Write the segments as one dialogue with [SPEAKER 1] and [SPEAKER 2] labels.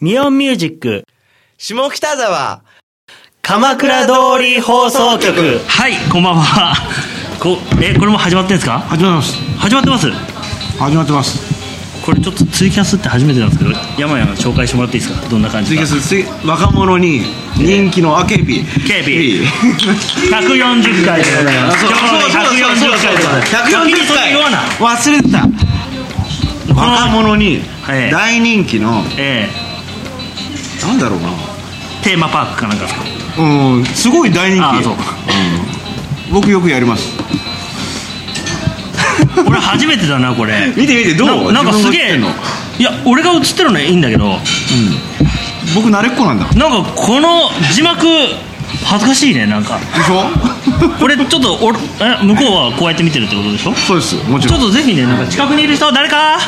[SPEAKER 1] ミオンミュージック、
[SPEAKER 2] 下北沢
[SPEAKER 1] 鎌倉通り放送局。はい、こんばんは。こ、え、これもう始まってんですか
[SPEAKER 3] 始まります
[SPEAKER 1] 始まってます
[SPEAKER 3] 始まってます
[SPEAKER 1] これちょっとツイキャスって初めてなんですけど、山々紹介してもらっていいですかどんな感
[SPEAKER 3] ツ
[SPEAKER 1] じ
[SPEAKER 3] イキ
[SPEAKER 1] か
[SPEAKER 3] ャ。スツイ若者に人気の AKB
[SPEAKER 1] AKB 140回でございます。今日の140回でございます。
[SPEAKER 3] 140回
[SPEAKER 1] 言わな。
[SPEAKER 3] 忘れてた若者に
[SPEAKER 1] ええ
[SPEAKER 3] 大人気の
[SPEAKER 1] え
[SPEAKER 3] なんだろう
[SPEAKER 1] ー、テーマパークかなんかですか
[SPEAKER 3] なうんすごい大人
[SPEAKER 1] ああ、
[SPEAKER 3] 気
[SPEAKER 1] そう。
[SPEAKER 3] 僕よくやります
[SPEAKER 1] 俺初めてだな、これ。
[SPEAKER 3] 見て見てどう
[SPEAKER 1] ななんかすげ
[SPEAKER 3] 自
[SPEAKER 1] え
[SPEAKER 3] 分が映ってんの
[SPEAKER 1] いや俺が映ってるのはいいんだけど
[SPEAKER 3] 僕慣れっこなんだで
[SPEAKER 1] なんかこの字幕恥ずかしいねなんか
[SPEAKER 3] しょ
[SPEAKER 1] これちょっとおえ向こうはこうやって見てるってことでしょ
[SPEAKER 3] そうですもち
[SPEAKER 1] ちょ
[SPEAKER 3] ろ
[SPEAKER 1] っ
[SPEAKER 3] ん
[SPEAKER 1] とぜひねなんか近くにいる人誰か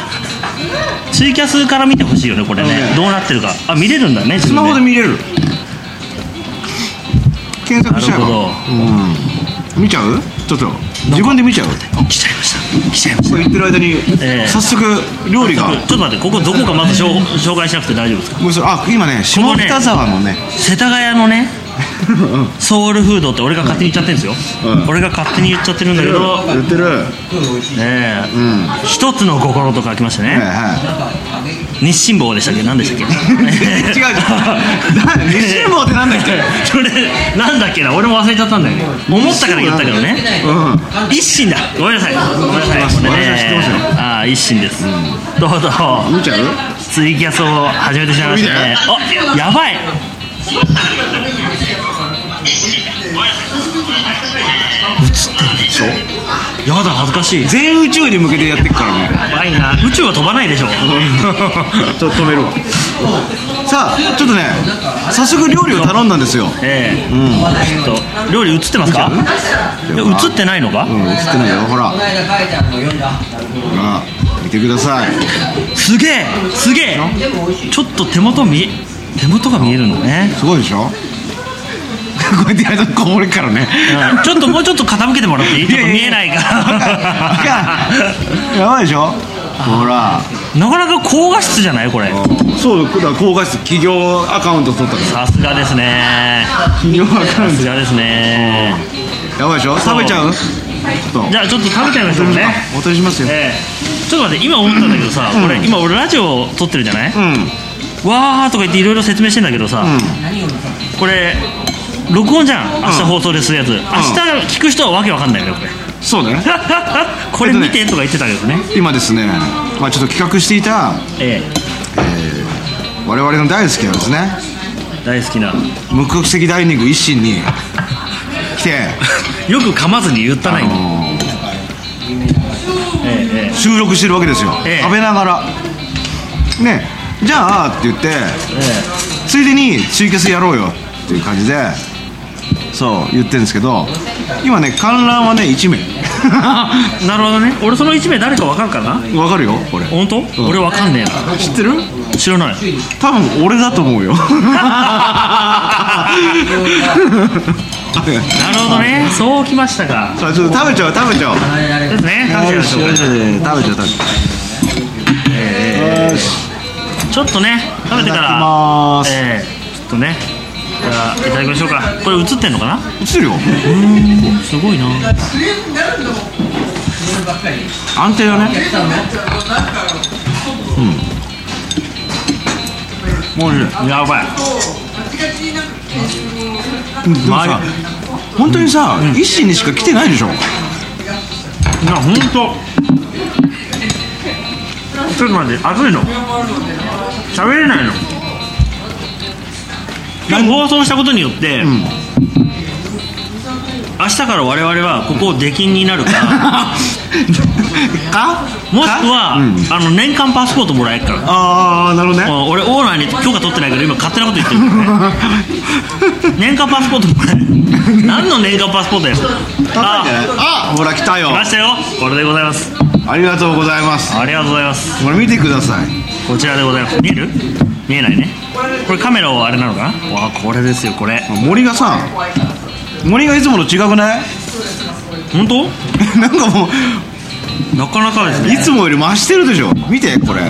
[SPEAKER 1] ツイキャスから見てほしいよねこれね
[SPEAKER 3] うん
[SPEAKER 1] どうなってるかあ見れるんだね
[SPEAKER 3] ス
[SPEAKER 1] ス
[SPEAKER 3] マホで見れる検索しちゃえば
[SPEAKER 1] なる
[SPEAKER 3] うん見ちゃうちょっと自分で見ちゃう
[SPEAKER 1] 来ちゃいました来ちゃいまし
[SPEAKER 3] 言ってる間に
[SPEAKER 1] ええ
[SPEAKER 3] 早速料理が、
[SPEAKER 1] たちょっと待ってここどこかまず紹紹介しなくて大丈夫ですか
[SPEAKER 3] もうそれあ今ね下
[SPEAKER 1] こね
[SPEAKER 3] 北沢のね
[SPEAKER 1] 世田谷のねソウルフードって俺が勝手に言っちゃってるんですよ、
[SPEAKER 3] うん
[SPEAKER 1] 俺が勝手に言っちゃってるんだけど、
[SPEAKER 3] 言ってる
[SPEAKER 1] ねえ、
[SPEAKER 3] ん
[SPEAKER 1] 一つの心と書きました
[SPEAKER 3] はい
[SPEAKER 1] ね、
[SPEAKER 3] は
[SPEAKER 1] 日清坊でしたっけ何でしたっけ
[SPEAKER 3] 違う違うな日清坊ってなんだっけ
[SPEAKER 1] それなんだっけな俺も忘れちゃったんだよね思ったから言ったけどね
[SPEAKER 3] いうん
[SPEAKER 1] 一心だごめんなさいごめんなさい
[SPEAKER 3] 知ってます
[SPEAKER 1] これね
[SPEAKER 3] 我々知ってますよ
[SPEAKER 1] ああ一心です、どうぞ
[SPEAKER 3] 見ちゃう
[SPEAKER 1] ツイキャスを始めてしまいましたねあやばい
[SPEAKER 3] そう
[SPEAKER 1] やだ恥ずかしい
[SPEAKER 3] 全宇宙に向けてやってくからね
[SPEAKER 1] やばいな宇宙は飛ばないでしょ
[SPEAKER 3] ちょっと止めるわさあちょっとね早速料理を頼んだんですよ
[SPEAKER 1] ええちょっと料理映ってますかいや映ってないのか、
[SPEAKER 3] うん映ってないよほらほ
[SPEAKER 4] この間書いたのを読んだ
[SPEAKER 3] ら見てください
[SPEAKER 1] すげえすげえ
[SPEAKER 4] でも美味しい
[SPEAKER 1] ちょっと手元見手元が見えるんだね、
[SPEAKER 3] すごいでしょ こうやってやるとこもるからね
[SPEAKER 1] うんちょっともうちょっと傾けてもらっていい
[SPEAKER 3] い
[SPEAKER 1] ちょっ
[SPEAKER 3] や
[SPEAKER 1] と
[SPEAKER 3] いや
[SPEAKER 1] 見えないか
[SPEAKER 3] いややばいでしょほら
[SPEAKER 1] らなかなか高画質じゃないこれ
[SPEAKER 3] そうだから高画質企業アカウント取ったから
[SPEAKER 1] さすがですね
[SPEAKER 3] 企業アカ
[SPEAKER 1] さ
[SPEAKER 3] ウン
[SPEAKER 1] すがですね
[SPEAKER 3] トやばいでしょ食べちゃうちょっと
[SPEAKER 1] じゃあちょっと食べちゃいましょうね
[SPEAKER 3] お取りしますよ
[SPEAKER 1] ええちょっと待って今思ったんだけどさ、
[SPEAKER 3] うん
[SPEAKER 1] 俺今俺ラジオ撮ってるじゃない、
[SPEAKER 3] うん
[SPEAKER 1] わーとか言っていろいろ説明してんだけどさ、これ録音じゃん明日放送でするやつ、明日聞く人はわけわかんないよねこれ
[SPEAKER 3] そうだね
[SPEAKER 1] これ見てとか言ってたけどね
[SPEAKER 3] 今ですねまあちょっと企画していた
[SPEAKER 1] ええ
[SPEAKER 3] 我々の大好きなですね
[SPEAKER 1] 大好きな
[SPEAKER 3] 無国籍ダイニング一心に来て
[SPEAKER 1] よく噛まずに言った
[SPEAKER 3] あ
[SPEAKER 1] な今、
[SPEAKER 3] のー
[SPEAKER 1] ええ
[SPEAKER 3] 収録してるわけですよ
[SPEAKER 1] ええ
[SPEAKER 3] 食べながらねじゃあって言って
[SPEAKER 1] えええ
[SPEAKER 3] ついでにツイキャスやろうよっていう感じでそう言ってるんですけど今ね観覧はね1名
[SPEAKER 1] え なるほどね俺その一名誰かわかるかな
[SPEAKER 3] わかるよこれ
[SPEAKER 1] 本当、
[SPEAKER 3] ん
[SPEAKER 1] 俺わかんねえ
[SPEAKER 3] 知ってる
[SPEAKER 1] な知らない
[SPEAKER 3] 多分俺だと思うよ
[SPEAKER 1] なるほ
[SPEAKER 3] さ
[SPEAKER 1] どねそうきましたか
[SPEAKER 3] あちょっと食べちゃおう食べちゃおう
[SPEAKER 1] ですね食べちゃいましょうこれ
[SPEAKER 3] 食べちゃおう食べちゃおうよし
[SPEAKER 1] ちょっとね食べて
[SPEAKER 3] い
[SPEAKER 1] から
[SPEAKER 3] ただきます
[SPEAKER 1] ええちょっとねじゃあいただきましょうかこれ映ってんのかな
[SPEAKER 3] 映ってるよ
[SPEAKER 1] すごいな
[SPEAKER 3] 安定だねうんもうね
[SPEAKER 1] やばい
[SPEAKER 3] でもさ本当にさ、一心にしか来てない でしょ
[SPEAKER 1] いや本当ちょっと待って熱いの喋れないの今日放送したことによって、明日から我々はここを出禁になるか
[SPEAKER 3] か
[SPEAKER 1] もしくは、あの年間パスポートもらえるから
[SPEAKER 3] ああなるほどね
[SPEAKER 1] もう俺オーナーに許可取ってないけど今勝手なこと言ってる からね年間パスポートもらえる何の年間パスポートやあ
[SPEAKER 3] あほら来たよ
[SPEAKER 1] 来ましたよこれでございます
[SPEAKER 3] ありがとうございます
[SPEAKER 1] ありがとうございます
[SPEAKER 3] これ見てください
[SPEAKER 1] こちらでございます見える見えないねこれカメラをあれなのかなわあこれですよこれ
[SPEAKER 3] 森がさ森がいつもと違くない
[SPEAKER 1] 本当
[SPEAKER 3] なんかもう
[SPEAKER 1] なかなかですね
[SPEAKER 3] いつもより増してるでしょ見てこれ
[SPEAKER 1] ち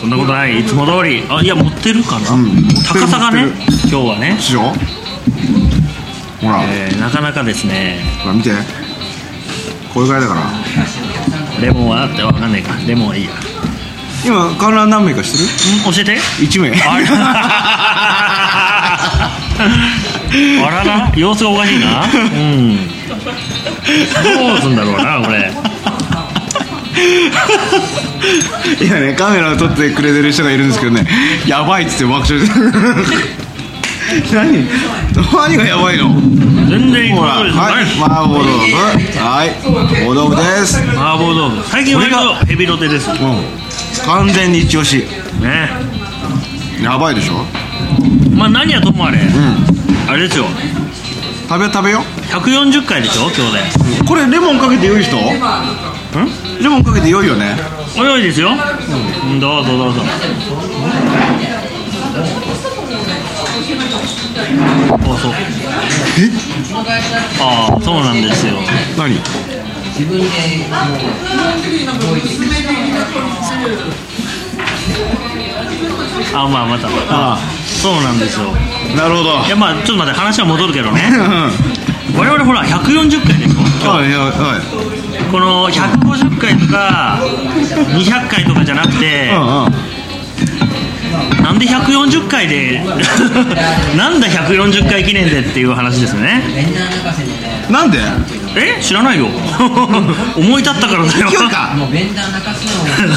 [SPEAKER 1] そんなことないいつも通りあいや持ってるかな、
[SPEAKER 3] ん
[SPEAKER 1] 高さがね
[SPEAKER 3] 持ってる
[SPEAKER 1] 今日はね、
[SPEAKER 3] 師匠ほら、
[SPEAKER 1] えーなかなかですね
[SPEAKER 3] ほら見てこれぐらいだから
[SPEAKER 1] レモンはあってわかんないかレモンはいいや、ん
[SPEAKER 3] 今観覧何名かしてる
[SPEAKER 1] 教えて
[SPEAKER 3] 1名
[SPEAKER 1] あ らあらら様子がおかしいなうんどうすんだろうなこれ
[SPEAKER 3] いやねカメラを撮ってくれてる人がいるんですけどねやばいっつって爆笑してる 何何がやばいの
[SPEAKER 1] 全然いい
[SPEAKER 3] ほ
[SPEAKER 1] こ
[SPEAKER 3] ら
[SPEAKER 1] とです
[SPEAKER 3] はい
[SPEAKER 1] ね
[SPEAKER 3] 麻婆豆腐はいお豆腐ですうん
[SPEAKER 1] 麻婆豆腐最近割とヘビロテです
[SPEAKER 3] 完全に一押し
[SPEAKER 1] ね
[SPEAKER 3] やばいでしょ
[SPEAKER 1] まあ何はともあれ
[SPEAKER 3] うん
[SPEAKER 1] あれですよ
[SPEAKER 3] 食べ食べよ
[SPEAKER 1] 140回でしょ今日で
[SPEAKER 3] これレモンかけて良い人
[SPEAKER 1] うん
[SPEAKER 3] レモンかけて良いよね
[SPEAKER 1] およいですよ、うん、どうぞどうぞあそう
[SPEAKER 3] え
[SPEAKER 1] ああそうなんですよ
[SPEAKER 3] 何
[SPEAKER 1] あまあまた
[SPEAKER 3] あ
[SPEAKER 1] そうなんですよ
[SPEAKER 3] なるほど
[SPEAKER 1] いやまあちょっと待って話は戻るけど
[SPEAKER 3] うん
[SPEAKER 1] ね我々ほら140回でしょ
[SPEAKER 3] はいは
[SPEAKER 1] この150回とか200回とかじゃなくて
[SPEAKER 3] いはい
[SPEAKER 1] なんで140回で なんだ140回記念でっていう話ですね
[SPEAKER 3] うんうんなんで
[SPEAKER 1] え知らないよ 思い立ったからだよ
[SPEAKER 3] 勢いか
[SPEAKER 4] もうベンダー泣かす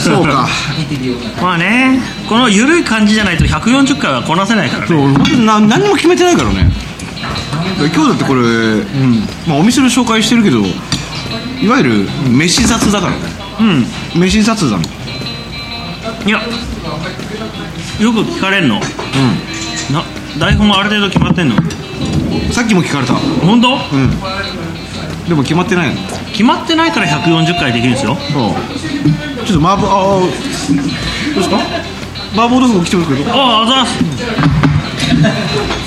[SPEAKER 4] のを
[SPEAKER 3] そうか
[SPEAKER 4] 見てみようか
[SPEAKER 1] まあねこの緩い感じじゃないと140回はこなせないからね
[SPEAKER 3] そう俺な何も決めてないからね今日だってこれ、まあ、お店の紹介してるけどいわゆる飯雑だからね
[SPEAKER 1] うん
[SPEAKER 3] 飯雑だの
[SPEAKER 1] いやよく聞かれんの
[SPEAKER 3] う
[SPEAKER 1] な台本はある程度決まってんの
[SPEAKER 3] んさっきも聞かれたう
[SPEAKER 1] 本当
[SPEAKER 3] んでも決まってないのそ
[SPEAKER 1] 決まってないから140回できるんですよ
[SPEAKER 3] うちょっと麻婆ああどうですか麻婆豆腐も来てますけどい
[SPEAKER 1] あああざーす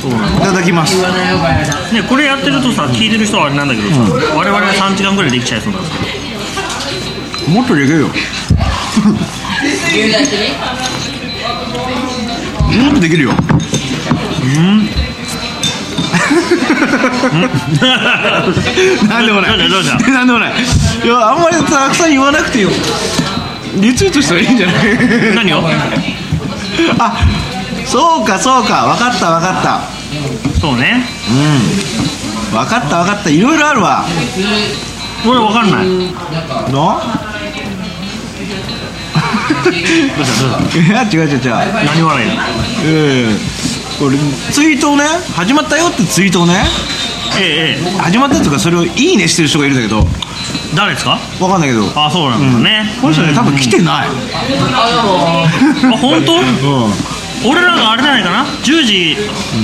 [SPEAKER 1] そうなの
[SPEAKER 3] ただきます
[SPEAKER 4] なよガヤさん
[SPEAKER 1] ねこれやってるとさ聞いてる人はあれなんだけどさ、我々は3時間ぐらいできちゃいそうなんですけ ど
[SPEAKER 3] もっとでけるよ
[SPEAKER 4] 夕立に
[SPEAKER 3] もっとできるよなんでもない。
[SPEAKER 1] どうしたどうした
[SPEAKER 3] なんでもない。いや、あんまりたくさん言わなくていいよ。リツイートしたらいいん じゃない
[SPEAKER 1] 何を
[SPEAKER 3] あ、そうか、そうか。わかった、わかった。
[SPEAKER 1] そうね
[SPEAKER 3] うん。わかった、わかった。いろいろあるわ。
[SPEAKER 1] 俺わかんないどう
[SPEAKER 3] の
[SPEAKER 1] したどうし
[SPEAKER 3] いや、違う違う違う。
[SPEAKER 1] た何笑いだ
[SPEAKER 3] ええ俺、ツイートをね、始まったよってツイートをね、
[SPEAKER 1] ええええ
[SPEAKER 3] 始まったとか、それをいいねしてる人がいるんだけど、
[SPEAKER 1] 誰ですか
[SPEAKER 3] わかんないけど、
[SPEAKER 1] あそうなんだね、
[SPEAKER 3] この人ね、多分来てない。
[SPEAKER 1] あ本当
[SPEAKER 3] うん。
[SPEAKER 1] 俺らがあれじゃないかな10時、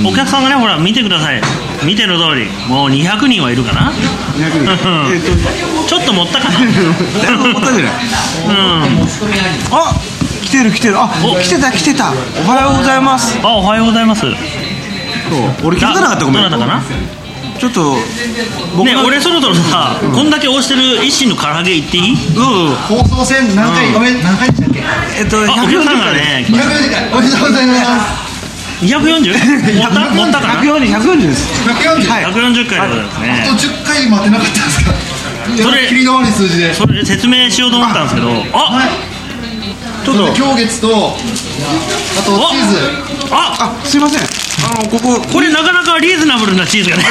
[SPEAKER 1] お客さんがねほら見てください見ての通りもう200人はいるかな
[SPEAKER 3] 200人。えっと、
[SPEAKER 1] ちょっと持 ったかな
[SPEAKER 3] だいぶ持ったんじゃない
[SPEAKER 1] うん
[SPEAKER 3] あ来てる来てるあ
[SPEAKER 1] お
[SPEAKER 3] 来てた来てたおはようございます
[SPEAKER 1] あおはようございますそう
[SPEAKER 3] 俺気づかなかったごめん
[SPEAKER 1] どなたかな
[SPEAKER 3] ちょっと僕
[SPEAKER 1] ね
[SPEAKER 3] の
[SPEAKER 1] 俺そろそろさ、こんだけ押してる一心の唐揚げ行っていい
[SPEAKER 3] どうぞどうぞ
[SPEAKER 5] 放送戦何回、ごめん何回でしたっけ
[SPEAKER 3] えっと
[SPEAKER 1] あお客
[SPEAKER 3] 140
[SPEAKER 1] さんが
[SPEAKER 3] 回です
[SPEAKER 1] ね
[SPEAKER 5] 240回おめでとうございます
[SPEAKER 1] 240? 持っ た持ったかな
[SPEAKER 3] 140 140です
[SPEAKER 5] 140、
[SPEAKER 3] はい
[SPEAKER 1] 140回でございます
[SPEAKER 5] あと
[SPEAKER 1] ね
[SPEAKER 5] 10回待てなかったんですか
[SPEAKER 1] それ
[SPEAKER 5] 切りの悪い数字で
[SPEAKER 1] それで説明しようと思ったんですけどあ
[SPEAKER 3] ちょっと
[SPEAKER 5] 今日月とあとチーズ
[SPEAKER 1] あ
[SPEAKER 3] あすいませんあのここ
[SPEAKER 1] これなかなかリーズナブルなチー ズがねた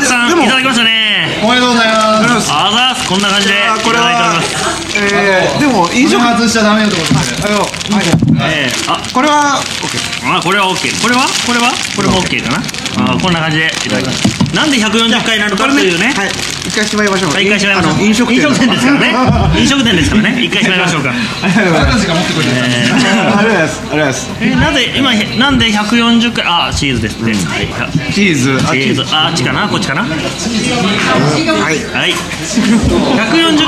[SPEAKER 1] くさ
[SPEAKER 3] で
[SPEAKER 1] ん
[SPEAKER 3] も
[SPEAKER 1] いただきましたね
[SPEAKER 5] おめでとうございます
[SPEAKER 1] あざーすこんな感じでいた
[SPEAKER 3] あ
[SPEAKER 1] だいてお
[SPEAKER 3] これ
[SPEAKER 1] り
[SPEAKER 3] は
[SPEAKER 1] ます
[SPEAKER 3] えーでも飲食
[SPEAKER 5] これ
[SPEAKER 3] あ
[SPEAKER 5] 外しちゃダメよってことですね
[SPEAKER 3] のはい
[SPEAKER 1] ええあ
[SPEAKER 3] これは
[SPEAKER 1] あこれは OK これはこれはこれも OK かな、あーこんな感じでいただきますなんで140回になるかというね
[SPEAKER 3] はい一回しまいましょう
[SPEAKER 1] 一回しまいましょ
[SPEAKER 3] あ
[SPEAKER 1] う
[SPEAKER 3] の飲食店の
[SPEAKER 1] です から ね飲食店ですからね一回しまいましょうか
[SPEAKER 3] ありがとうござい
[SPEAKER 5] 誰
[SPEAKER 3] ま
[SPEAKER 5] たちが持ってくれたんで
[SPEAKER 1] え
[SPEAKER 5] すね
[SPEAKER 1] ー
[SPEAKER 3] すありがとうございますありがとうございます
[SPEAKER 1] えなぜ今へなんで140回あチーズですね、はいあ
[SPEAKER 3] チーズあ
[SPEAKER 1] チーズああっちかなこっちかな
[SPEAKER 3] はい
[SPEAKER 1] はい140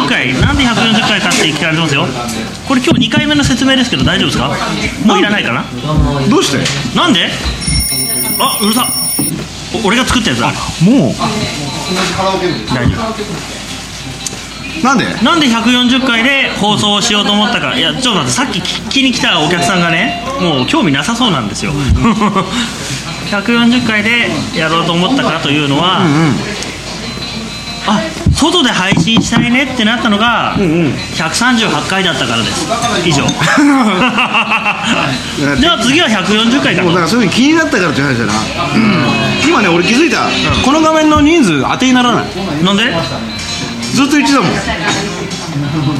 [SPEAKER 1] 回なんで140回かって聞かれてますよこれ今日2回目の説明ですけど大丈夫ですかもういらないかな
[SPEAKER 3] どうして
[SPEAKER 1] なんであうるさお俺が作ったやつだ
[SPEAKER 3] もう
[SPEAKER 5] 同じカラオケ部
[SPEAKER 1] 大丈夫
[SPEAKER 3] なんで
[SPEAKER 1] なんで140回で放送をしようと思ったかいやちょっと待ってさっき聞きに来たお客さんがねもう興味なさそうなんですよ 140回でやろうと思ったからというのは、あ外で配信したいねってなったのが138回だったからです以 上 では次は140回だ
[SPEAKER 3] もうだからそういうふうに気になったからって話だな、うん、今ね俺気づいた、この画面の人数当てにならない
[SPEAKER 1] なんで
[SPEAKER 3] ずっと言ってたも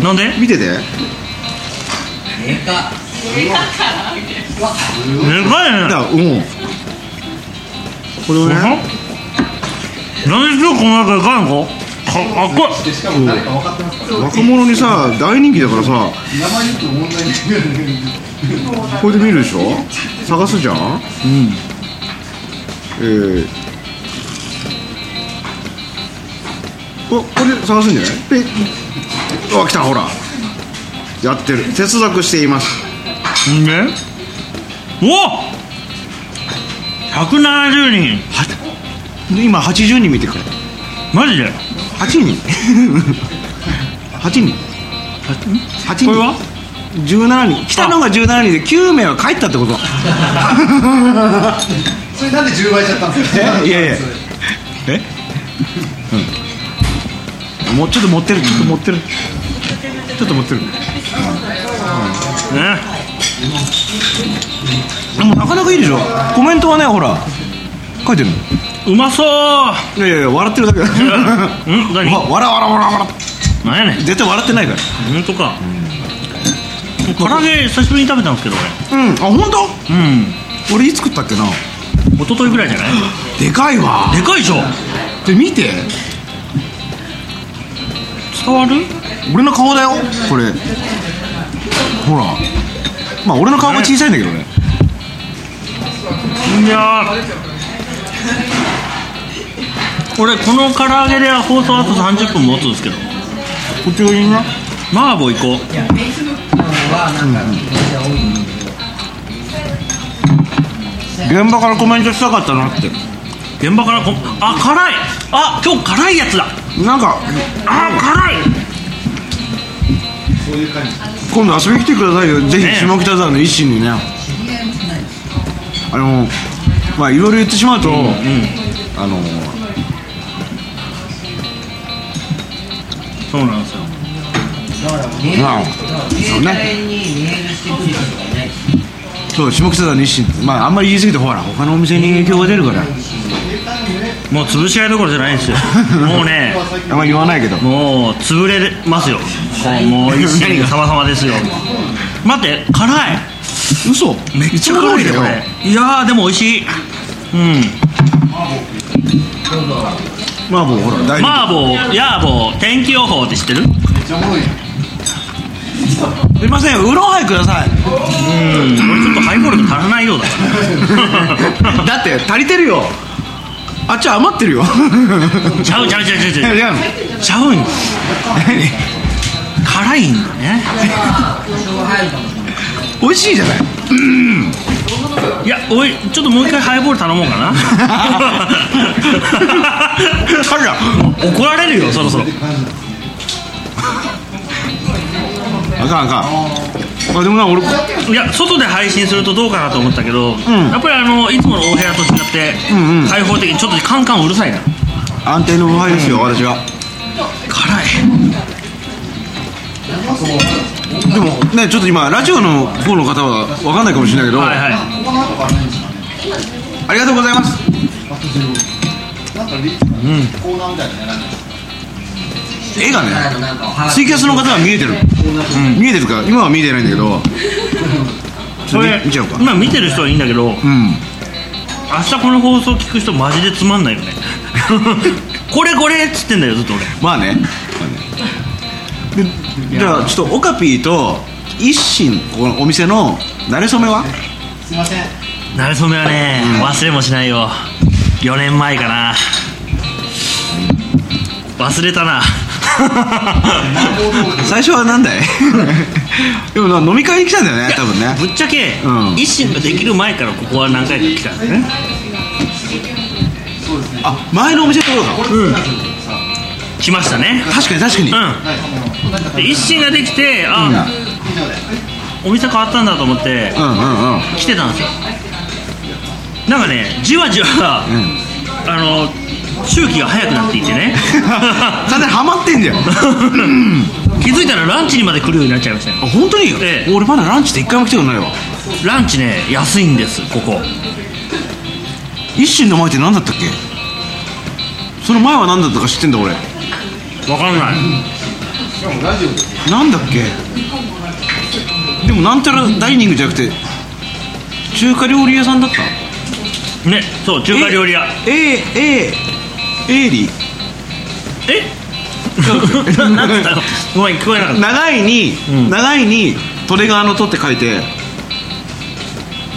[SPEAKER 3] ん
[SPEAKER 1] なんで
[SPEAKER 3] 見てて
[SPEAKER 1] でかいね
[SPEAKER 3] だからうんこれをね
[SPEAKER 1] なんで今日この中でかいのかかかっこいい
[SPEAKER 3] 若者にさ大人気だからさこれで見るでしょ探すじゃんうんえーおこれで探すんじゃないであ来たほらやってる節約しています
[SPEAKER 1] んでお170人
[SPEAKER 3] は今80人見てくれ
[SPEAKER 1] マジで
[SPEAKER 3] 8人8人8人
[SPEAKER 1] これは
[SPEAKER 3] 17人来たのが17人で9名は帰ったってこと
[SPEAKER 5] それなんで10倍ちゃったんですか
[SPEAKER 3] えいやいやえうんもうちょっと持ってるちょっと持ってるちょっと持ってる
[SPEAKER 1] ね
[SPEAKER 3] でもなかなかいいでしょコメントはねほら書いてるの
[SPEAKER 1] うまそう
[SPEAKER 3] いやいや笑ってるだけだわ
[SPEAKER 1] ん何
[SPEAKER 3] わらわらわらわら
[SPEAKER 1] 何やねん
[SPEAKER 3] 絶対笑ってないから
[SPEAKER 1] 本当か唐揚げ久しぶりに食べたんですけど
[SPEAKER 3] うんあ本当
[SPEAKER 1] 俺うん
[SPEAKER 3] 俺いつ食ったっけな
[SPEAKER 1] 一昨日ぐらいじゃない
[SPEAKER 3] でかいわ
[SPEAKER 1] でかいでしょ
[SPEAKER 3] で見て
[SPEAKER 1] 伝わる
[SPEAKER 3] 俺の顔だよこれほらまあ俺の顔が小さいんだけどね
[SPEAKER 1] いやー俺この唐揚げで放送あと30分持つんですけど
[SPEAKER 3] こっちがいいな
[SPEAKER 1] 麻婆行こう
[SPEAKER 3] 現場からコメントしたかったなって
[SPEAKER 1] 現場からこあ辛いあ今日辛いやつだ
[SPEAKER 3] なんか
[SPEAKER 1] あ辛い
[SPEAKER 3] 今度遊びに来てくださいよぜ
[SPEAKER 1] ねえ
[SPEAKER 3] ひ下北沢の一心にねあのまあいろいろ言ってしまうと、あの
[SPEAKER 1] そうなんですよ
[SPEAKER 3] まあそうねそう下北沢の一心まああんまり言い過ぎてほら他のお店に影響が出るから
[SPEAKER 1] もう潰し合いどころじゃない んですよもうね
[SPEAKER 3] あんまり言わないけど
[SPEAKER 1] もう潰れますよもう一心様々ですよ待って辛い
[SPEAKER 3] 嘘めっ
[SPEAKER 1] ちょっと辛いねこれいやーでも美味しいうん
[SPEAKER 3] まあもうほら大丈
[SPEAKER 1] 麻婆ヤーボー天気予報って知ってる
[SPEAKER 3] 夫すいませんウーロンハイください
[SPEAKER 1] うん俺ちょっとハイボールが足らないよ うだ
[SPEAKER 3] だって足りてるよあっちは余ってる よ
[SPEAKER 1] ちゃうちゃうちゃうちゃうちゃう
[SPEAKER 3] いや
[SPEAKER 1] ちゃうんです辛いんだね
[SPEAKER 3] 美味しいじゃない
[SPEAKER 1] いやおいちょっともう一回ハイボール頼もうかな
[SPEAKER 3] 彼ら
[SPEAKER 1] 怒られるよそろそろ
[SPEAKER 3] あかんあかんあでもな俺
[SPEAKER 1] いや外で配信するとどうかなと思ったけど、やっぱりあのいつものお部屋と違って、
[SPEAKER 3] んうん
[SPEAKER 1] 開放的にちょっとカンカンうるさいな
[SPEAKER 3] 安定の無敗ですよ私は
[SPEAKER 1] 辛い
[SPEAKER 3] でもねちょっと今ラジオの方の方は分かんないかもしれないけど、
[SPEAKER 1] はいは
[SPEAKER 3] ありがとうございます
[SPEAKER 5] なんかリコーナーみたいなのやらない
[SPEAKER 3] 絵がねツイキャスの方が見えてる、見えてるから今は見えてないんだけど
[SPEAKER 1] いそれ
[SPEAKER 3] 見見ちゃおうか
[SPEAKER 1] 今見てる人はいいんだけど明
[SPEAKER 3] うん
[SPEAKER 1] 日この放送聞く人マジでつまんないよ ねこれこれっつってんだよずっと俺
[SPEAKER 3] まあね,、まあねでじゃあちょっとオカピーと一心このお店の馴れ初めは
[SPEAKER 5] すいません
[SPEAKER 1] なれそめはね、忘れもしないよ4年前かな忘れたな
[SPEAKER 3] 最初はなんだい でもな飲み会に来たんだよね多分ね
[SPEAKER 1] ぶっちゃけ、
[SPEAKER 3] うん
[SPEAKER 1] 一心ができる前からここは何回か来たんだね
[SPEAKER 3] あ前のお店ってことか
[SPEAKER 1] 来ましたね
[SPEAKER 3] 確かに確かに、
[SPEAKER 1] うんで一心ができてあ、お店変わったんだと思って
[SPEAKER 3] うんうんうん
[SPEAKER 1] 来てたんですよなんかねじわじわ、あの周期が早くなっていって ね
[SPEAKER 3] 完全にハマってんだよ
[SPEAKER 1] 気づいたらランチにまで来るようになっちゃいましたね
[SPEAKER 3] あ本当に、
[SPEAKER 1] ええ
[SPEAKER 3] 俺まだランチで一回も来たことないわ
[SPEAKER 1] ランチね安いんですここ
[SPEAKER 3] 一心の前って何だったっけその前は何だったか知ってんだ俺
[SPEAKER 1] わかんない
[SPEAKER 3] なんだっけでもなんたらダイニングじゃなくて中華料理屋さんだった
[SPEAKER 1] ねそう中華料理屋
[SPEAKER 3] ええええええり
[SPEAKER 1] えなんつったのごめん聞こえなかった
[SPEAKER 3] 長いに、
[SPEAKER 1] うん
[SPEAKER 3] 長いにトレガーの「と」って書いて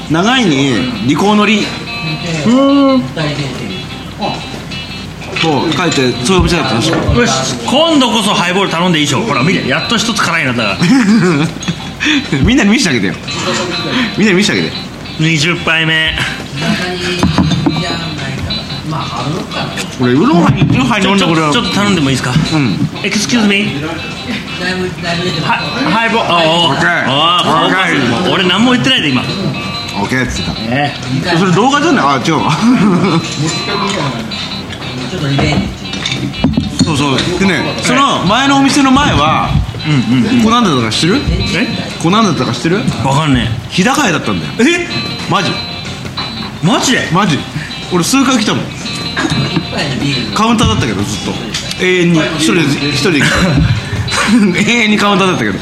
[SPEAKER 3] 長いに利口の「り
[SPEAKER 4] 大前提」
[SPEAKER 3] と書いてそういうお店 だったんですか
[SPEAKER 1] よし今度こそハイボール頼んでいいでしょほら見てやっと一つ辛いのだから
[SPEAKER 3] みんなに見せてあげてよみんなに見せてあげて
[SPEAKER 1] 20杯目
[SPEAKER 4] 中にじゃないからまああるのかな
[SPEAKER 3] 俺ウーロンハイウーロンハイ
[SPEAKER 1] ち
[SPEAKER 3] 飲
[SPEAKER 1] ょ
[SPEAKER 3] ん
[SPEAKER 1] ち
[SPEAKER 3] で
[SPEAKER 1] ょ
[SPEAKER 3] これは
[SPEAKER 1] ちょっと頼んでもいいですか
[SPEAKER 3] うん
[SPEAKER 1] エクスキューズミ
[SPEAKER 4] だいぶだいぶ出てま
[SPEAKER 1] は
[SPEAKER 4] す
[SPEAKER 1] ハイボールあーあーフォーカス俺何も言ってないで今
[SPEAKER 3] オッケーっつって
[SPEAKER 1] え
[SPEAKER 3] たそれ動画じゃないあ違うわ
[SPEAKER 4] ちょっとリベンジ
[SPEAKER 3] そうそうでねその前のお店の前は
[SPEAKER 1] うんうん
[SPEAKER 3] ここなんだったか知ってる
[SPEAKER 1] え
[SPEAKER 3] ここなんだったか知ってる
[SPEAKER 1] わかんね
[SPEAKER 3] 日高屋だったんだよ
[SPEAKER 1] ええ
[SPEAKER 3] マジ
[SPEAKER 1] マジで
[SPEAKER 3] マジ俺数回来たもん
[SPEAKER 4] 一杯のビール
[SPEAKER 3] カウンターだったけどずっと永遠に一人で一人で来た永遠にカウンターだったけど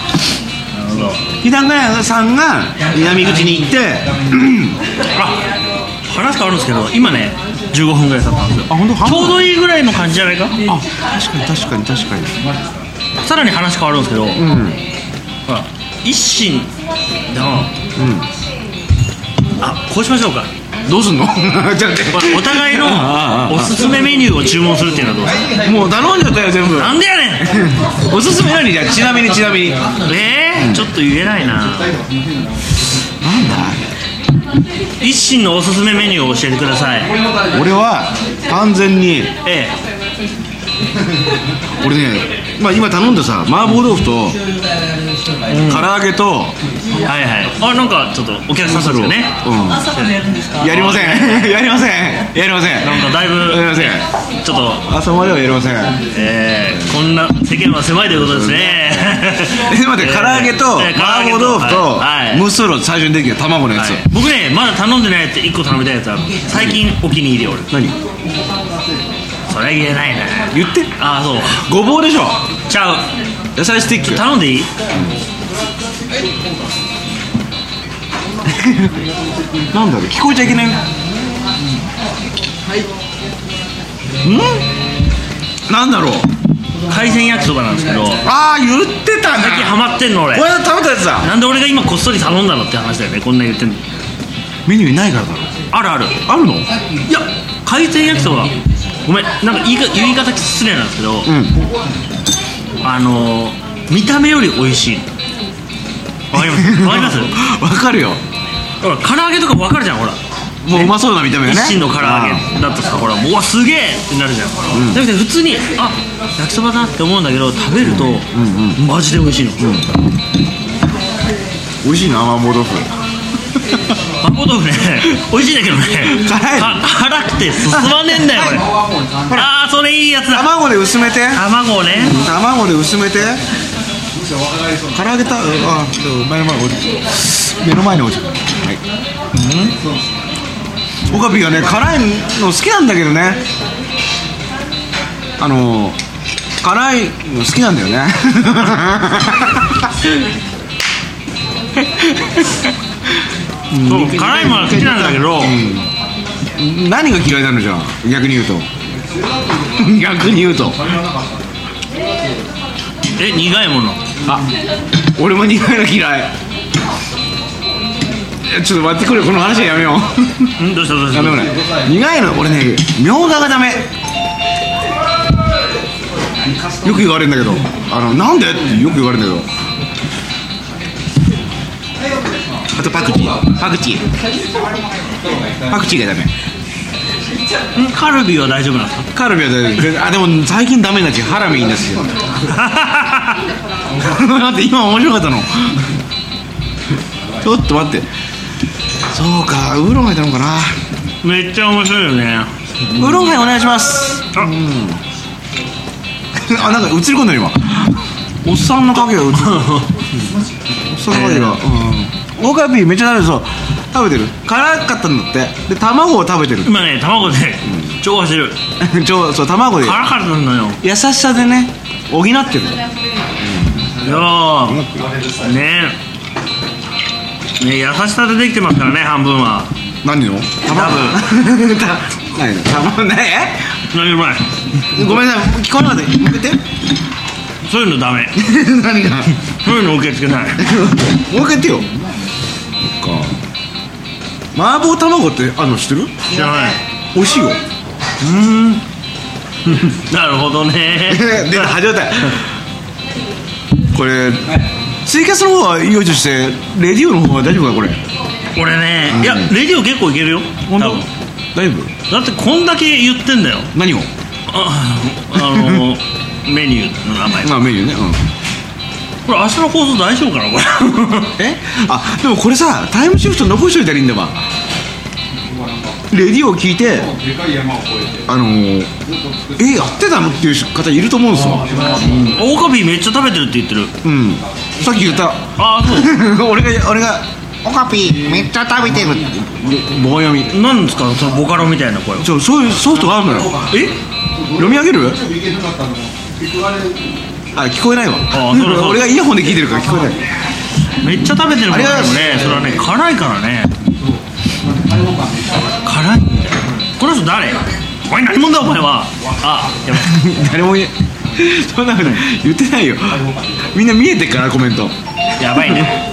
[SPEAKER 3] 日高屋さんが南口に行って
[SPEAKER 1] あ話変わるんですけど今ね15分ぐらい経ったんですよ
[SPEAKER 3] あ本当
[SPEAKER 1] ちょうどいいぐらいの感じじゃないか
[SPEAKER 3] あ確かに確かに確か に
[SPEAKER 1] さらに話変わるんですけど、
[SPEAKER 3] うん
[SPEAKER 1] ほら一心の、あこうしましょうか
[SPEAKER 3] どうすん のじゃあ
[SPEAKER 1] ほらお互い
[SPEAKER 3] ああああ
[SPEAKER 1] のおすすめメニューを注文するっていうのはどうですか
[SPEAKER 3] もう頼んじゃったよ全部
[SPEAKER 1] なんでやねん
[SPEAKER 3] おすすめ何じゃあちなみにちなみになんだ
[SPEAKER 1] えー、ちょっと言えないな一心のおすすめメニューを教えてください
[SPEAKER 3] 俺は完全に
[SPEAKER 1] え
[SPEAKER 3] 俺ねまあ今頼んださ麻婆豆腐と唐揚げと
[SPEAKER 1] えはいはいあなんかちょっとお客さんたちがね
[SPEAKER 3] う
[SPEAKER 4] 朝からやるんですか
[SPEAKER 3] んやりません やりませんやりません
[SPEAKER 1] なんかだいぶ
[SPEAKER 3] やりません
[SPEAKER 1] ちょっと
[SPEAKER 3] 朝まではやりませんえ
[SPEAKER 1] えー、こんな世間は狭いということです ね
[SPEAKER 3] 待って唐揚げと
[SPEAKER 1] えー
[SPEAKER 3] 麻
[SPEAKER 1] 唐揚げ
[SPEAKER 3] 婆豆腐と
[SPEAKER 1] はいはい
[SPEAKER 3] ムースロー最初に出てきた卵のやつ
[SPEAKER 1] はい僕ねまだ頼んでないやつ1個頼みたいやつある最近お気に入りで俺
[SPEAKER 3] 何
[SPEAKER 1] それ言えないな
[SPEAKER 3] 言って
[SPEAKER 1] ああそう
[SPEAKER 3] ごぼうでしょ
[SPEAKER 1] ちゃう
[SPEAKER 3] 野菜スティック
[SPEAKER 1] 頼んでいい
[SPEAKER 3] なんだろう聞こえちゃいけないんなんだろう
[SPEAKER 1] 海鮮焼きそばなんですけど最
[SPEAKER 3] ああ言ってた
[SPEAKER 1] 近ハ
[SPEAKER 3] な
[SPEAKER 1] マってんの俺
[SPEAKER 3] これ食べたやつだ
[SPEAKER 1] なんで俺が今こっそり頼んだのって話だよねこんな言ってんの
[SPEAKER 3] メニューにないからだろ
[SPEAKER 1] あるある
[SPEAKER 3] あるの
[SPEAKER 1] いや海鮮焼きそばごめんなんか言いか言い方失礼なんですけど、
[SPEAKER 3] ん
[SPEAKER 1] あのー、見た目より美味しいわかり ますわかります
[SPEAKER 3] わかるよ
[SPEAKER 1] ほら唐揚げとかわかるじゃんほら
[SPEAKER 3] もううまそうな見た目ね
[SPEAKER 1] 一心の唐揚げだとさほらうわすげえってなるじゃん、だけど普通にあ焼きそばだなって思うんだけど食べると、マジで美味しいの、
[SPEAKER 3] 美味しいな麻婆豆腐
[SPEAKER 1] 麻婆 豆腐ね美味しいんだけどね
[SPEAKER 3] 辛い
[SPEAKER 1] か辛くて進まねえんだよこれあーそれいいやつだ
[SPEAKER 3] 卵で薄めて
[SPEAKER 1] 卵をね
[SPEAKER 3] 卵で薄めて唐揚げたあちょっと目の前に置いて目の前に置いてはいオカピがね辛いの好きなんだけどねあの辛いの好きなんだよね
[SPEAKER 1] そう辛いものは好きなんだけど、
[SPEAKER 3] 何が嫌いなのじゃあ逆に言うと逆に言うと
[SPEAKER 1] え苦いもの
[SPEAKER 3] あ俺も苦いの嫌いいやちょっと待ってくれこの話はやめよう
[SPEAKER 1] んどうしたどうし
[SPEAKER 3] や
[SPEAKER 1] た
[SPEAKER 3] めようね苦いの俺ねみょうががダメよく言われるんだけどあのなんでってよく言われるんだけどあとパクチーパクチーパクチーがダメ
[SPEAKER 1] んカルビは大丈夫なんですか
[SPEAKER 3] カルビは大丈夫あでも最近ダメになっちゃうハラミになっちゃう 待って今面白かったのちょっと待ってそうかウーロンハイ頼むかな
[SPEAKER 1] めっちゃ面白いよね
[SPEAKER 3] ウーロンハイお願いします
[SPEAKER 1] あ
[SPEAKER 3] うんあなんか映り込んでる今おっさんの影が映るおっさんの影が、うんオオカピーめっちゃ食べてそう食べてる辛かったんだってで卵を食べてる
[SPEAKER 1] 今ね卵で調和してる
[SPEAKER 3] ちょそう卵で
[SPEAKER 1] カラカラなんだよ
[SPEAKER 3] 優しさでね補って
[SPEAKER 1] い
[SPEAKER 3] る
[SPEAKER 1] やーねえねえ優しさでできてますからね半分は
[SPEAKER 3] 何の 卵た何の卵ね
[SPEAKER 1] 何もない
[SPEAKER 3] えごめんなさい聞こえなかったもう一回言って
[SPEAKER 1] そういうの ダメ
[SPEAKER 3] 何が
[SPEAKER 1] そういうの受け付けない
[SPEAKER 3] もう一回言ってよそっか麻婆卵ってあるの知ってる
[SPEAKER 1] 知らない
[SPEAKER 3] 美味しいよ
[SPEAKER 1] なるほど ね
[SPEAKER 3] 出た始まったこれツイキャスの方は用意としてレディオの方は大丈夫かこれ
[SPEAKER 1] 俺ね、いや
[SPEAKER 3] うん
[SPEAKER 1] レディオ結構いけるよ
[SPEAKER 3] 本当
[SPEAKER 1] 多分
[SPEAKER 3] 大丈夫
[SPEAKER 1] だってこんだけ言ってんだよ
[SPEAKER 3] 何を
[SPEAKER 1] ああのメニューの名前
[SPEAKER 3] まあメニューねうん
[SPEAKER 1] これ明日の放送大丈夫かなこ
[SPEAKER 3] えあでもこれさタイムシフト残しといたらいいんだわレディオを聞いてあのー、えやってたのっていう方いると思うんですよ、
[SPEAKER 1] れ オオカピめっちゃ食べてるって言ってる
[SPEAKER 3] うん、さっき言った
[SPEAKER 1] ああそ
[SPEAKER 3] 俺が俺が「オカピーめっちゃ食べてる」って棒読み
[SPEAKER 1] うなんですかそのボカロみたいな声は
[SPEAKER 3] ちょそういうソフトがあるのよ
[SPEAKER 1] え
[SPEAKER 3] 読み上げるあ聞こえないわ
[SPEAKER 1] あそれそう
[SPEAKER 3] 俺がイヤホンで聞いてるから聞こえない
[SPEAKER 1] めっちゃ食べてるもんね
[SPEAKER 3] ありがとうございます
[SPEAKER 1] それはね辛いからね辛いんだよこの人誰お前何者だお前はあやばい
[SPEAKER 3] 誰も言え そんなこと言ってないよみんな見えてっからコメント
[SPEAKER 1] やばいね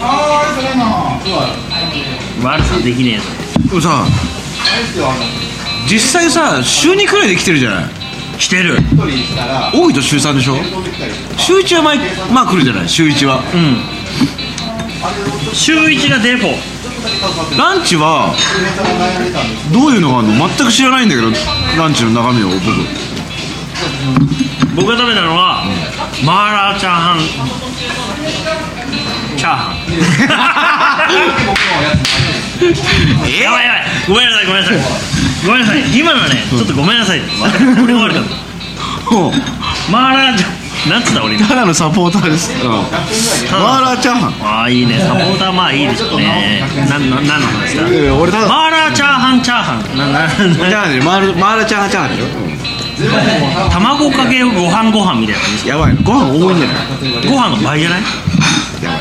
[SPEAKER 1] 悪さできねえぞ
[SPEAKER 3] でもさ実際さ週2くらいで来てるじゃない
[SPEAKER 1] 来てる
[SPEAKER 3] 多いと週3でしょ週1は毎まあ来るじゃない週1は
[SPEAKER 1] うん週一がデフォ
[SPEAKER 3] ランチはどういうのがあるの全く知らないんだけどランチの中身を僕
[SPEAKER 1] 僕が食べたのはマーラーチャーハンチャー ハンやばいやばいごめんなさいごめんなさいごめんなさい今のはねちょっとごめんなさい俺が悪かった
[SPEAKER 3] ほう
[SPEAKER 1] マーラーチャーなんつった俺今
[SPEAKER 3] ただのサポーターですうんマーラーチャーハン
[SPEAKER 1] ああいいねサポーターまあいいですねなんなんなんの話ですか
[SPEAKER 3] いや俺ただ
[SPEAKER 1] マーラーチャーハンチャーハンなな
[SPEAKER 3] チャーハンでマーラマーラーチャーハンチャーハンでしょ
[SPEAKER 1] 卵かけご飯ご飯みたいな感じ
[SPEAKER 3] うんやばいなご飯多い んじゃな
[SPEAKER 1] で
[SPEAKER 3] い
[SPEAKER 1] すご飯が倍じゃない
[SPEAKER 3] やば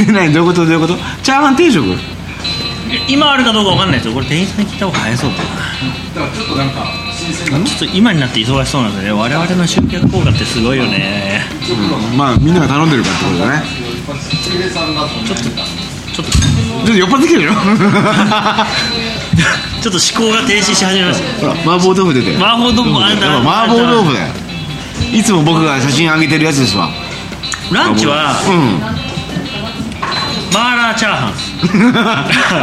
[SPEAKER 3] いで何どういうことどういうことチャーハン定食
[SPEAKER 1] 今あるかどうかわかんないですよこれ店員さんに聞いた方が早そうかなちょっと今になって忙しそうなんでね我々の集客効果ってすごいよね
[SPEAKER 3] うんまあみんなが頼んでるからってことだね
[SPEAKER 1] ちょっとち
[SPEAKER 3] ちょっと酔っ払ってきてるよ
[SPEAKER 1] ょっと思考が停止し始めました
[SPEAKER 3] ほら麻婆豆腐出て
[SPEAKER 1] 麻婆豆腐あんた
[SPEAKER 3] 麻婆豆腐だよいつも僕が写真あげてるやつですわ
[SPEAKER 1] ランチは
[SPEAKER 3] うん
[SPEAKER 1] マーラーチャーハン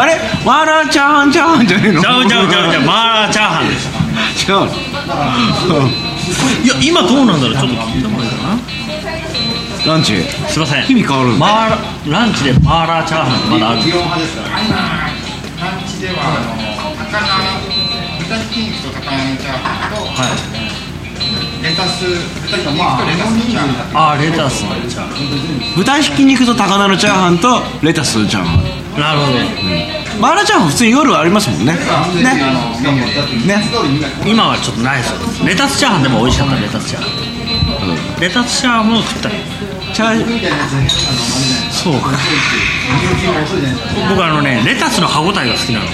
[SPEAKER 3] あれマーラーチャーハンチャーハンじゃねえの
[SPEAKER 1] ちゃうちゃうちゃうちゃうマーラーチャーハンです
[SPEAKER 3] う
[SPEAKER 1] いや今どうなんだろうちょっと聞いた方がいいかな
[SPEAKER 3] 違うランチ
[SPEAKER 1] すいません
[SPEAKER 3] 日々変わるんだ
[SPEAKER 1] マーラランチでマーラーチャーハンまだあるはいあーレタスのチャーハ
[SPEAKER 3] 豚ひき肉と高菜のチャーハンとレタスのチャーハン
[SPEAKER 1] ンなるほど
[SPEAKER 3] マーラーチャーハン普通に夜はありますもんねねね
[SPEAKER 1] 今はちょっとないですよレタスチャーハンでも美味しかったレタスチャーハンレタスチャーハンも食ったよ
[SPEAKER 3] チャーそうか
[SPEAKER 1] 僕あのねレタスの歯ごたえが好きなの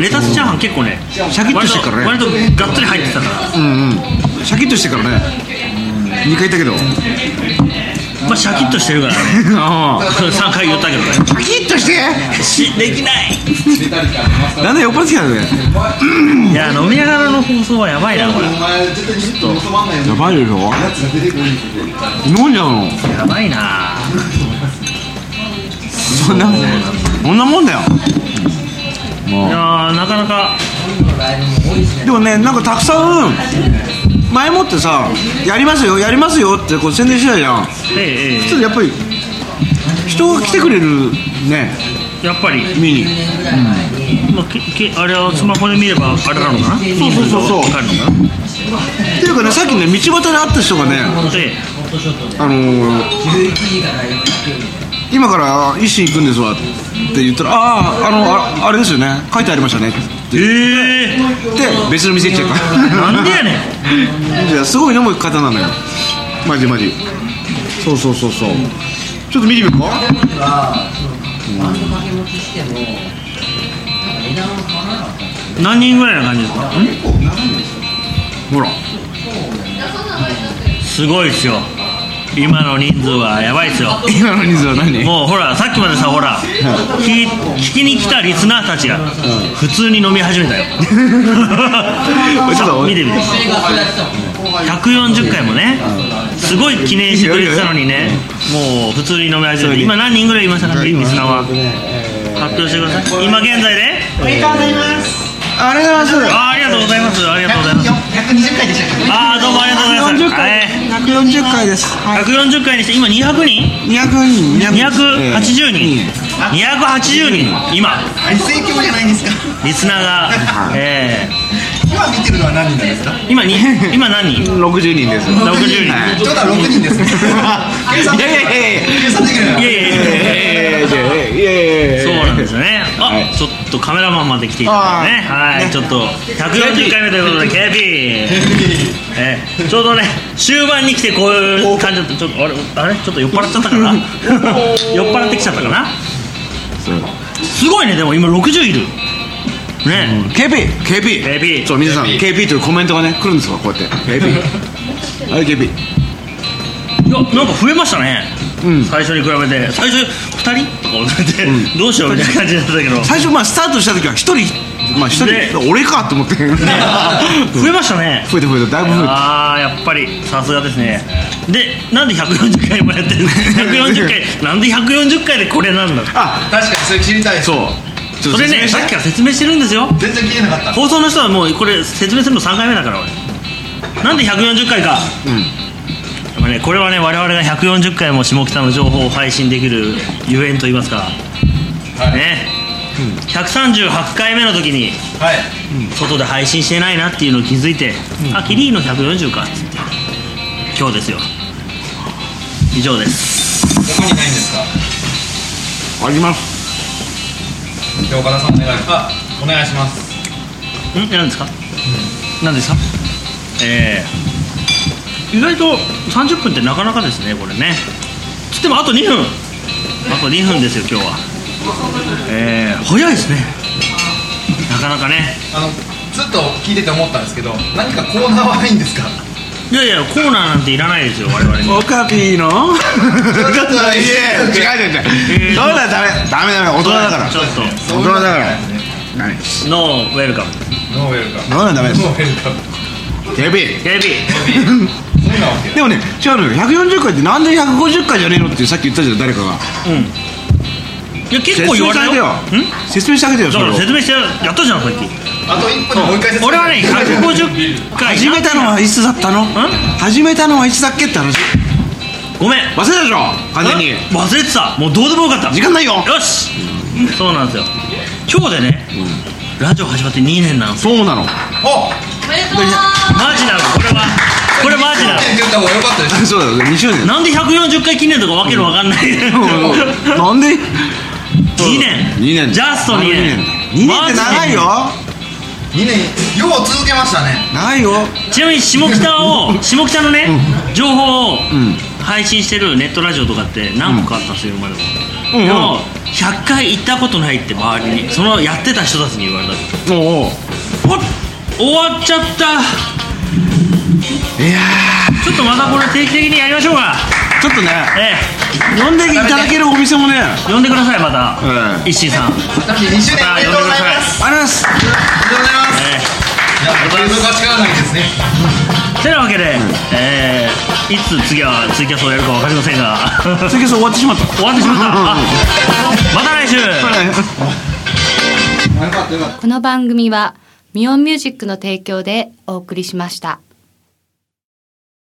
[SPEAKER 1] レタスチャーハン結構ねシ
[SPEAKER 3] ャキッとしてっからね
[SPEAKER 1] 割と割とがっつり入ってたか
[SPEAKER 3] うんうんシャキッとしてからね2回言ったけど
[SPEAKER 1] らまあシャキッとしてるからね
[SPEAKER 3] ああ
[SPEAKER 1] 3回言ったけどね
[SPEAKER 3] シャキッとして
[SPEAKER 1] しできない
[SPEAKER 3] だんだん酔っ払ってきたね
[SPEAKER 1] いや飲みながらの放送はやばいなこれ
[SPEAKER 3] やばいでしょ飲んじゃうの
[SPEAKER 1] やばいな
[SPEAKER 3] そんなそんなもんだよ
[SPEAKER 1] いやーなかなか
[SPEAKER 4] 今のライブも多いですね
[SPEAKER 3] でもねなんかたくさん前もってさやりますよやりますよってこう宣伝してたじゃん
[SPEAKER 1] ええ
[SPEAKER 3] そ
[SPEAKER 1] え
[SPEAKER 3] したらやっぱり人が来てくれるね
[SPEAKER 1] えやっぱり
[SPEAKER 3] 見に
[SPEAKER 4] 10年ぐらい前に
[SPEAKER 1] まあ、けけあれはスマホで見ればあれなのかな
[SPEAKER 3] そうそうそうそう
[SPEAKER 1] わかるのかな
[SPEAKER 3] っていうかねさっきね道端で会った人がね
[SPEAKER 1] で
[SPEAKER 3] あのー、
[SPEAKER 4] 11時からやってる
[SPEAKER 3] 今から一心行くんですわって言ったらあああのああれですよね書いてありましたねって言っ
[SPEAKER 1] ええ
[SPEAKER 3] て別の店行っちゃうか
[SPEAKER 1] なんでやねん
[SPEAKER 3] らじゃあすごい飲む方なのよマジマジそうそうそうそうちょっと見てみようか
[SPEAKER 4] でもではそのバンド掛け持ちしてもなんか値段は変わらなかったんですよ
[SPEAKER 1] 何人ぐらいな感じですか
[SPEAKER 3] ほら
[SPEAKER 1] すごいですよ今の人数はやばいですよ
[SPEAKER 3] 今の人数は 何
[SPEAKER 1] もうほらさっきまでさほら、聞聞きに来たリスナーたちが普通に飲み始めたよ
[SPEAKER 3] ちょっと
[SPEAKER 1] さ見てみて
[SPEAKER 4] それが育てたもんね
[SPEAKER 1] 140回もねすごい記念してくれてたのにねもう普通に飲み始めて今何人ぐらいいましたかリスナーは発表してください今現在で
[SPEAKER 3] あれがそうだよ
[SPEAKER 1] あーありがとうございますありがとうございます
[SPEAKER 5] 120回でしたっけ
[SPEAKER 1] ああどうもありがとうございます
[SPEAKER 3] 140回140回ですはい
[SPEAKER 1] 140回にして今200人
[SPEAKER 3] 200人
[SPEAKER 1] 280
[SPEAKER 3] 280
[SPEAKER 1] 人280人今
[SPEAKER 5] 大盛況じゃないんですか
[SPEAKER 1] リスナーがえ
[SPEAKER 5] 今見てるのは何人なんですか
[SPEAKER 1] ー 今に今何人
[SPEAKER 3] 60人 です
[SPEAKER 1] 60人
[SPEAKER 5] ちょうど6人ですね計算
[SPEAKER 3] い
[SPEAKER 5] で
[SPEAKER 3] や
[SPEAKER 5] き
[SPEAKER 3] いやい
[SPEAKER 5] る
[SPEAKER 3] やいや
[SPEAKER 5] 計算できる
[SPEAKER 1] いやいやいやいや
[SPEAKER 3] えーじゃあえーいやいやいやいや
[SPEAKER 1] そうなんですよね
[SPEAKER 3] は
[SPEAKER 1] あ
[SPEAKER 3] い
[SPEAKER 1] ちょっとカメラマンまで来ていただいてね
[SPEAKER 3] あ
[SPEAKER 1] は
[SPEAKER 3] ね
[SPEAKER 1] いちょっと140回目ということで KB えーちょうどね終盤に来てこういう感じだったちょっとあれあれちょっと酔っ払っちゃったかな酔っ払ってきちゃったかな
[SPEAKER 3] そう
[SPEAKER 1] すごいねでも今60いるね
[SPEAKER 3] KP KP
[SPEAKER 1] KB
[SPEAKER 3] そう皆さん KP というコメントがね来るんですよこうやって KP はい KP
[SPEAKER 1] いやなんか増えましたね、
[SPEAKER 3] うん
[SPEAKER 1] 最初に比べて最初2人とか思って、どうしようみたいな感じだったけど
[SPEAKER 3] 最初まあスタートした時は一人まあ一
[SPEAKER 1] ね
[SPEAKER 3] 人俺かと思って増
[SPEAKER 1] 増えましたね
[SPEAKER 3] えて 増えてだいぶ増えた
[SPEAKER 1] ああやっぱりさすがですねでなんで140回もやって るの140回なんで140回でこれなんだ
[SPEAKER 3] あ
[SPEAKER 5] 確かにそれ知りたいです
[SPEAKER 3] そうちょ
[SPEAKER 1] そ
[SPEAKER 3] っと
[SPEAKER 1] れね
[SPEAKER 3] 説明
[SPEAKER 1] さっ
[SPEAKER 3] し
[SPEAKER 1] き
[SPEAKER 3] て
[SPEAKER 1] から説明してるんですよ
[SPEAKER 5] 全然聞いてなかった
[SPEAKER 1] 放送の人はもうこれ説明するの3回目だから俺なんで140回か
[SPEAKER 3] うん
[SPEAKER 1] でもねこれはね我々が140回も下北の情報を配信できるゆえんといいますか、
[SPEAKER 5] はい
[SPEAKER 1] ね、138回目の時に
[SPEAKER 5] はい
[SPEAKER 1] 外で配信してないなっていうのを気づいて、あキリーの140かっつって今日ですよ以上です
[SPEAKER 5] 他にないんですか
[SPEAKER 3] あります
[SPEAKER 5] じゃあ岡田さんお願いあお願いします
[SPEAKER 1] んえ何ですか何ですかえー、意外と30分ってなかなかですねこれねつってもあと2分あと2分ですよ今日はえー、早いですねなかなかね
[SPEAKER 5] あのずっと聞いてて思ったんですけど何かコーナーはないんですか
[SPEAKER 1] いやいやコーナーなんていらないですよ我々に
[SPEAKER 3] オカピーの
[SPEAKER 5] ちょっと
[SPEAKER 3] いや違う違う違うそうだダメダメダメ大人だから
[SPEAKER 1] ちょっと
[SPEAKER 3] 大人だから何
[SPEAKER 1] ノーウェルカム
[SPEAKER 5] ノーウェルカム
[SPEAKER 3] ノーウェルダメです
[SPEAKER 5] ノーウェルカム
[SPEAKER 3] KP
[SPEAKER 1] 警備
[SPEAKER 5] そうなわけだ
[SPEAKER 3] でもね違うのよ140回ってなんで150回じゃねえのってさっき言ったじゃん誰か
[SPEAKER 1] う
[SPEAKER 3] が
[SPEAKER 1] んいや結構言われたよ
[SPEAKER 3] 説明してあげてよ説明してあげ
[SPEAKER 1] だから説明して
[SPEAKER 3] てよそれを
[SPEAKER 1] やったじゃんさっき
[SPEAKER 5] あと1分でもう一回説 明
[SPEAKER 1] 俺はね150回
[SPEAKER 3] 始めたのはいつだったの始めたのはいつだっけって話
[SPEAKER 1] ごめん
[SPEAKER 3] 忘れたでしょ完全に
[SPEAKER 1] え忘れてたもうどうでもよかった
[SPEAKER 3] 時間ないよ
[SPEAKER 1] よしそうなんですよ今日でねラジオ始まって2年なんですよ
[SPEAKER 3] そうなの
[SPEAKER 5] お
[SPEAKER 1] マジなのこれはこれマジなの
[SPEAKER 5] 1点言った方が良かったです
[SPEAKER 3] そうだよ2周年
[SPEAKER 1] なんで140回記念とかわけのわかんない
[SPEAKER 3] なんで
[SPEAKER 1] 2年
[SPEAKER 3] 2年
[SPEAKER 1] ジャスト2年
[SPEAKER 3] 2年って長いよ
[SPEAKER 5] 2年よう続けましたね
[SPEAKER 3] 長いよ
[SPEAKER 1] ちなみに下北を下北のね情報を
[SPEAKER 3] ん
[SPEAKER 1] 配信してるネットラジオとかって何個かあったんですよ今でも
[SPEAKER 3] うんうん
[SPEAKER 1] でも100回行ったことないって周りにそのやってた人たちに言われたの
[SPEAKER 3] おお
[SPEAKER 1] おっ終わっちゃった
[SPEAKER 3] いや
[SPEAKER 1] ちょっとまたこれ定期的にやりましょうか
[SPEAKER 3] ーちょっとね
[SPEAKER 1] え
[SPEAKER 3] 呼んでいただけるお店もねあ
[SPEAKER 1] え呼んでくださいまた、
[SPEAKER 3] うん
[SPEAKER 1] 一心さん、
[SPEAKER 5] 私2周年おめでとうございます
[SPEAKER 3] ります
[SPEAKER 5] ありがとうござ
[SPEAKER 1] え
[SPEAKER 5] いますいや継続は力ないですね
[SPEAKER 1] えてなわけで、ええいつ次はツイキャスをやるか分かりませんが
[SPEAKER 3] ツイキャス終わってしまった
[SPEAKER 1] 終わってしまったあまた来週
[SPEAKER 3] はい
[SPEAKER 5] よかったよかった。
[SPEAKER 6] この番組はミオンミュージックの提供でお送りしました。